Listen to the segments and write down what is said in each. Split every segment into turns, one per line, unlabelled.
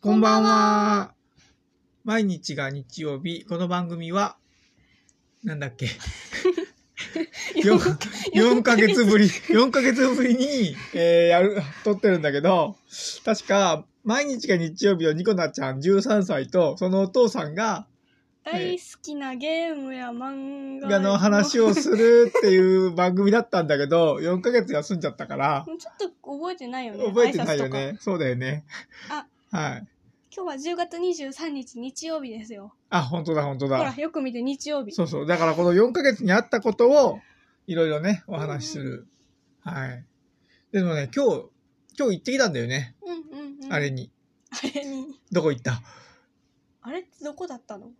こんばんは。毎日が日曜日、この番組は、なんだっけ、4, 4ヶ月ぶり、4ヶ月ぶりに、えー、やる、撮ってるんだけど、確か、毎日が日曜日のニコナちゃん13歳と、そのお父さんが、
大好きなゲームや漫画
あの話をするっていう番組だったんだけど、4ヶ月休んじゃったから、
もうちょっと覚えてない よね
覚えてないよ
挨拶と
ね。そうだよね。
あ、
はい。
か今日は10月23日日曜日ですよ
あ、本当だ、本当
ほ
だ。
らよく見て日曜日
そうそう。だからこの4ヶ月にあったことを、いろいろね、お話しする。はい。でもね、今日、今日行ってきたんだよね。
うんうん、うん、
あれに。
あれに
どこ行った
あれってどこだったの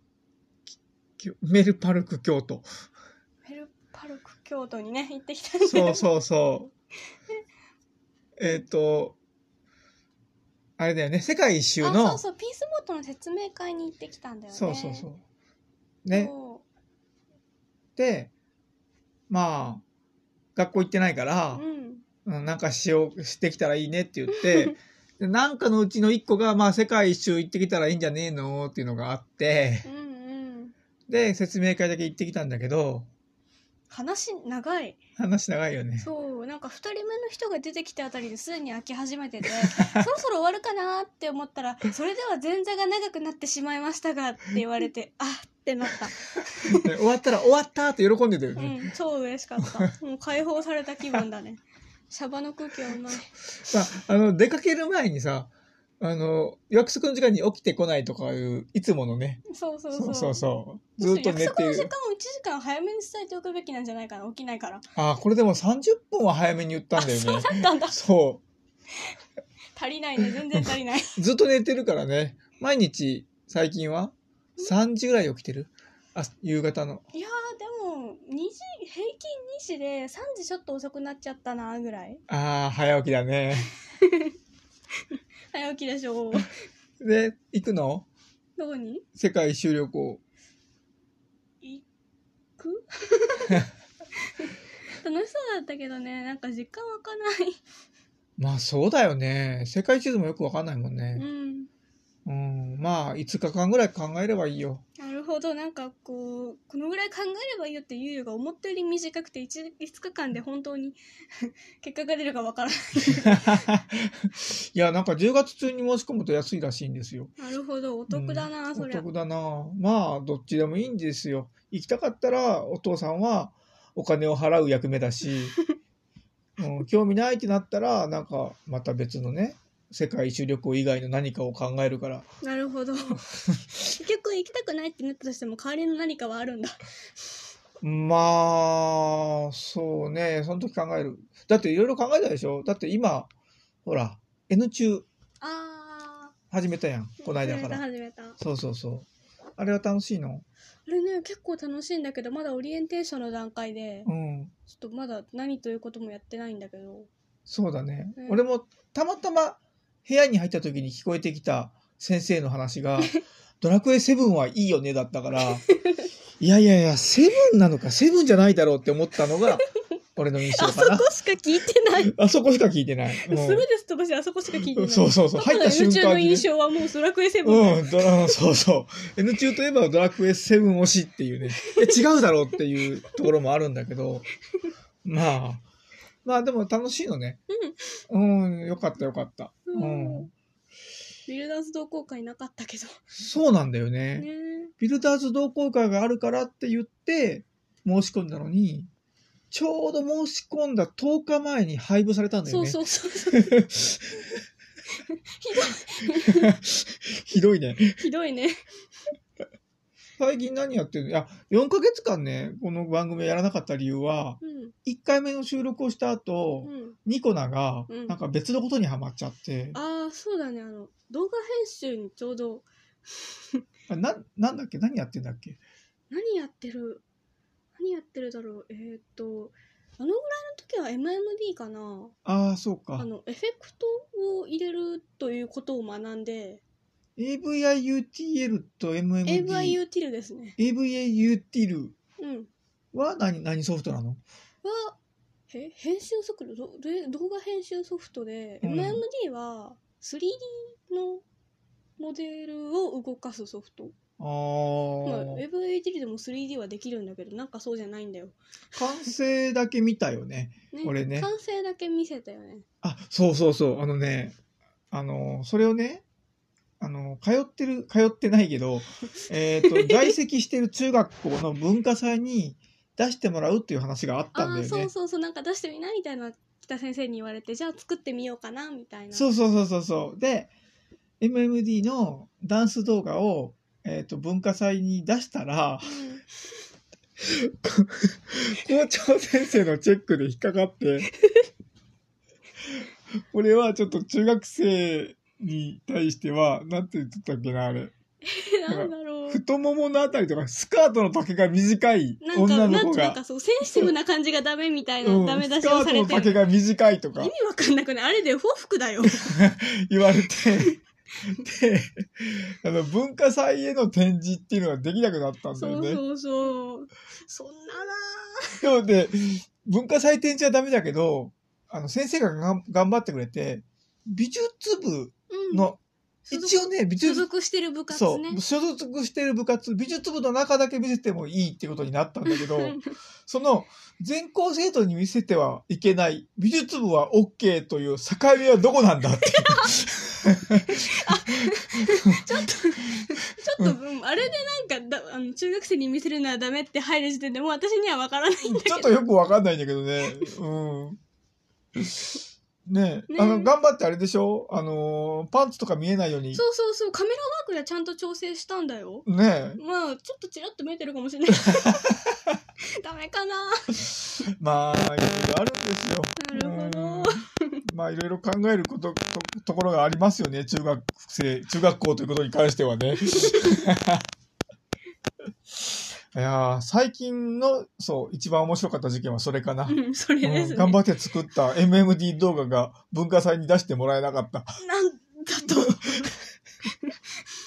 きょメルパルク京都。
ヘルパルク京都にね行ってきたんで
そうそう そう。えっと、あれだよね、世界一周
あそ
の、
うそうピースボートの説明会に行ってきたんだよね
そうそうそうう。ね。
そう
で、まあ、学校行ってないから、
うん
うんなんかしよう、してきたらいいねって言 って、でなんかのうちの一個が、まあ、世界一周行ってきたらいいんじゃねえのっていうのがあって
う、んうん
で、説明会だけ行ってきたんだけど、
話長い
話長いよね。
そうなんか2人目の人が出てきたあたりですでに飽き始 めててそろそろ終わるかなって思ったらそれでは前座が長くなってしまいましたがって言われて あってなった
で 終わったら、終わったって喜んでたよ
う
ね。
ん超嬉しかったもう解放された気分だねシャバの空気はうまい
まあ、あの、出かける前にさ、あの、約束の時間に起きてこないとかいう、いつものね、
そうそう
そ
そうう
そうそう、ずっと寝
約
て
束の時間
る
を1。時間早めに伝えておくべきなんじゃないかな起きな いから
ああ、これでも30分は早めに言ったんだよ
そう
ね
だ。ったんだ
そう。
足りないね全然足りない
ずっと寝てるからね。毎日、最近は ?3 時ぐらい起きてるあ、夕方の。
いやーでも2時平均2時で3時ちょっと遅くなっちゃったなぐらい
ああ、早起きだね。
早起きでしょう
で、行くの
どこに
世界一周旅行。
行く 楽しそうだったけどねなんか実感湧かない
まあそうだよね。世界地図もよくわかんないもん
う
ね。
ん
うん。まあ、5日間ぐらい考えればいいよ。
なるほどなんかこうこのぐらい考えればいいよっていうよが思ったより短くて 1, 日間で本当に 結果が出るかわからない
いや、なんか10月中に申し込むと安いらしいんですよ。
なるほど お得だな、
うん
そり
お
ゃ
得だな。まあ、どっちでもいいんですよ。行きたかったら、お父さんはお金を払う役目だ し、うん、興味ないってなったら、なんか、また別のね、世界一周旅行以外の何かを考えるから。
なるほど結局行きたくないってなったとしても代わりの何かはあるんだ
まあ、そうね、その時考える。だっていろいろ考えたでしょだって今、ほら、N 中
あ
始めたやん、
ー
こないだから。
始めた始めた
そうそうそう。あれは楽しいの
あれね結構楽しいんだけどまだオリエンテーションの段階で、
うん。
ちょっとまだ何ということもやってないんだけど。
そうだね、
うん
俺もたまたま部屋に入った時に聞こえてきた先生の話 が「ドラクエ7はいいよね」だったから「いやいやいや7なのか7じゃないだろう」って思ったの が俺の印象
あそ
かな。
こしか聞いてない。
あそこしか聞いてない。
すべてすっ飛ばしてあそこしか聞いて
う、
なんい。
そうそうそう。入った瞬
パパ
間
の N 中の
に、ね
印。象はもうドラクエセブンだよ。
うん、ドラ、そうそう。N 中といえばドラクエ7推しっていうね。いや違うだろうっていうところもあるんだけ ど。まあ。まあでも楽しいのね。うん。よかったよかった。
うん
うん。
ビルダーズ同好会なかったけど。
そうなんだよね。
ね
ビルダーズ同好会があるからって言って申し込んだのに、ちょうど申し込んだ10日前に配布されたんだよ
そう
ね。
そうそうそう。
ひどいね。
ひどいね。
最近何やってるのいや、4ヶ月間ね、この番組をやらなかった理由は、
うん。
1回目の収録をした後、
うん。
ニコナが
うん
なんか別のことにはまっちゃって、
ああ、そうだね。あの、動画編集にちょうど、
あな、なんだっけ何やってんだっけ
何やってる何やってるだろう。えー、っと、あのぐらいの時は MMD かな。
ああ、そうか
あ。の、エフェクトを入れるということを学んで、
AVIUTL と MMD。
AVI ユーティルですね。
AVIUTL
うん。
は何、何ソフトなの
は、へ編集速度ど、で動画編集ソフトで、
うん
MMD は 3D のモデルを動かすソフト。
あ
まあ、
ー
WebAD でも 3D はできるんだけど、なんかそうじゃないんだよ。
完成だけ見たよね
ね、
これね
完成だけ見せたよね。
あそうそうそうあのねあのそれをねあの通ってる通ってないけ どえっと在籍してる中学校の文化祭に出してもらうっていう話があったん
あ
だ
あ、
よね
そうそうそう、なんか出してみなみたいな、北先生に言われて、じゃあ作ってみようかな、みたいな。
そうそうそうそうそう。で、MMD のダンス動画を、えっ、と、文化祭に出したら、
うん
校長先生のチェックで引っかか って、俺はちょっと中学生に対しては、なんて言ってたっけな、あれ。
なんだろう。
太もものあたりとか、スカートの丈が短い
なんか、
女の
なん
子
か、な
が
んか、そう、センシティブな感じがダメみたいな、
うん
ダメ出
ス
し
カー
をさ
ト
れ
の
てる。
丈が短いと
意
か
味わかんなくないあれで報復だよ。
言われて、で、あの、文化祭への展示っていうのができなくなったんだ
そ
よ
う
ね。
そうそう。そんなな
でもね、文化祭展示はダメだけど、あの、先生ががん頑張ってくれて、美術部
うん。
の、
所属
一応ね、美
所
術、
属してる部活
そ
ね
う、。所属してる部活、美術部の中だけ見せてもいいってことになったんだ けど、その、全校生徒に見せてはいけない、美術部は OK という境目はどこなんだっていう。
ちょっと、うんあれでなんかだあの、中学生に見せるのはダメって入る時点でもう私にはわからない んだけ
ちょっ
ど。
とよくわかんないんだけどね。うん。ねえ、
ねえ
あの、頑張ってあれでしょあのー、パンツとか見えないように。
そうそうそう、カメラワークがちゃんと調整したんだよ。
ね
まあ、ちょっとチラッと見えてるかもしれ ない。ダメかな
え。まあ、いろいろあるんですよ。
なるほど。
うんまあ、いろいろ考えること、とところがありますよね。中学生、中学校ということに関しては ね。いやー最近の、そう、一番面白かった事件はそれかな。
うん、それです
う
ね。
ん頑張って作った MMD 動画が文化祭に出してもらえなかった。
なんだと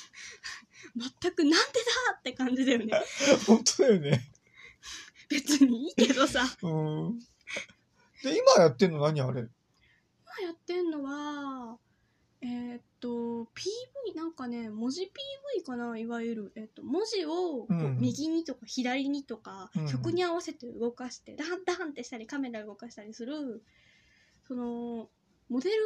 全くなんでだって感じだよね
本当だよね。
別にいいけどさ
うん。で、今やってんの何あれ
今やってんのはえーっと PV なんかね文字 PV かないわゆる、えっと文字をこう
うん
右にとか左にとか、
うん
曲に合わせて動かしてダンダンってしたりカメラ動かしたりするそのモデル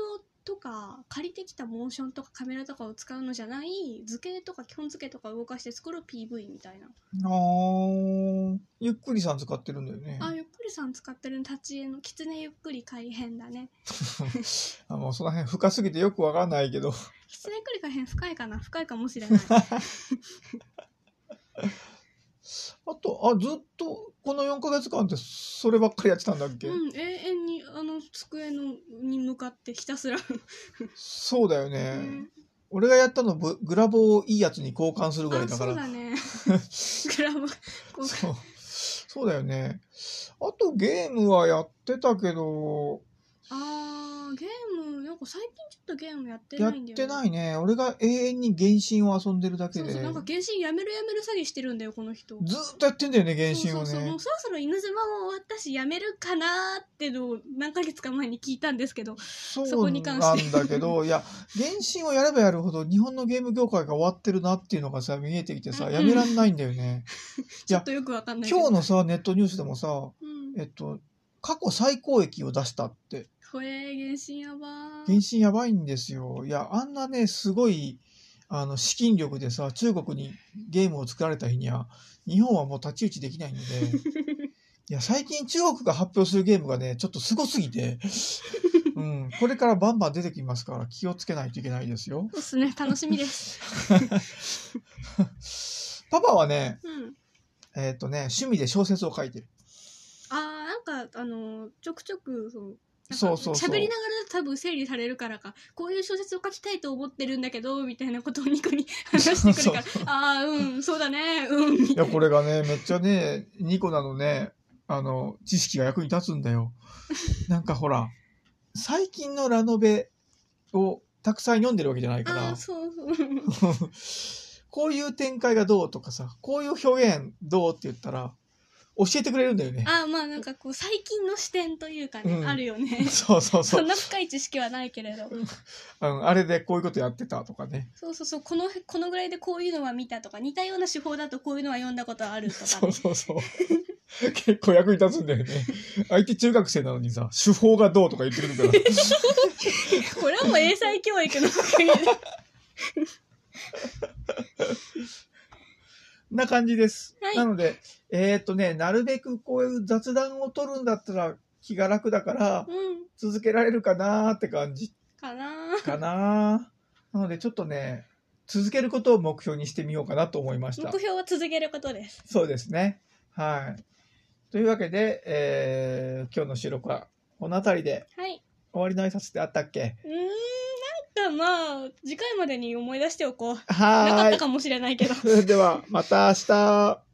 とか借りてきたモーションとかカメラとかを使うのじゃない図形とか基本図形とか動かして作る PV みたいな
あー、ゆっくりさん使ってるんだよね。
あ、ゆっくりさん使ってる立ち絵の狐ゆっくり改変だね。
あもうその辺深すぎてよくわかんないけど。
狐ゆっくり改変深いかな深いかもしれない。
あと、あ、ずっと、この4ヶ月間ってそればっかりやってたんだっけ、
うん、永遠にあの机のに向かってひたすら。
そうだよね。
ね
俺がやったのブグラボをいいやつに交換するぐら
あ、
いだか
そう
ら。
だね。グラボ、こう、
そう。そうだよね。あとゲームはやってたけど、
あー、ゲーム、なんか最近ちょっとゲームやって
や
な
っ
いんだよ、。
てないいね。俺が永遠に原神を遊んでるだけ
そ
で。
うそう、なんか原神やめるやめる詐欺してるんだよ、この人。
ずーっとやってんだよね、原神をね。
そうそうそうもうそろそろ犬妻も終わったしやめるかなーってのを何ヶ月か前に聞いたんですけど
そう
そこに関して
なんだけど、いや、原神をやればやるほど日本のゲーム業界が終わってるなっていうのがさ、見えてきてさ、
うん
やめらんないんだよね。
ちょっとよくわかんないけど
今日のさ、ネットニュースでもさ、
うん
えっと、過去最高益を出したって、
ほえー、原神やばー
原神やばいんですよ。いや、あんなね、すごい、あの、資金力でさ、中国にゲームを作られた日には、日本はもう太刀打ちできないので、いや、最近中国が発表するゲームがね、ちょっとすごすぎて、うん、これからバンバン出てきますから気をつけないといけないですよ。
そうっすね、楽しみです。
パパはね、
うん。
えっ、とね、趣味で小説を書いてる。
ああ、なんか、あのーちょくちょく、その、なんか
そうそうそう
喋りながら多分整理されるからか、こういう小説を書きたいと思ってるんだけど、みたいなことを ニコに話してくるから、ああ、うん、そうだね、うん、み
いや、これがね、めっちゃね、ニコなのね、あの、知識が役に立つんだよ。なんかほら、最近のラノベをたくさん読んでるわけじゃない
た
か
いな。あ
ら
あ、、そうそう。うん
こういう展開がどうとかさ、こういう表現どうって言ったら、教えてくれるんだよね。
あまあなんかこう最近の視点というかね、
うん
あるよね
そうそうそ
そん
う。
な深い知識はないけれど
うん、あれでこういうことやってたとかね。
そうそうそうこのこのぐらいでこういうのは見たとか似たような手法だとこういうのは読んだことあるとかね
そうそうそう。結構役に立つんだよね。相手中学生なのにさ、手法がどうとか言ってくるから。
これはもう英才教育のおかげで
な感じです。
はい
なので、えーっ、とね、なるべくこういう雑談を取るんだったら気が楽だから、
うん
続けられるかなーって感じ
かな
かなー。なので、ちょっとね、続けることを目標にしてみようかなと思いまし
目
た。
標は続けることです
そうですね。はい。というわけで、えー今日の収録はこの辺りで
はい
終わりの挨拶であったっけ
うーんなんかまあ次回までに思い出しておこうな
は
か
ー
った
い。
かもしれないけど
それでは、また明日。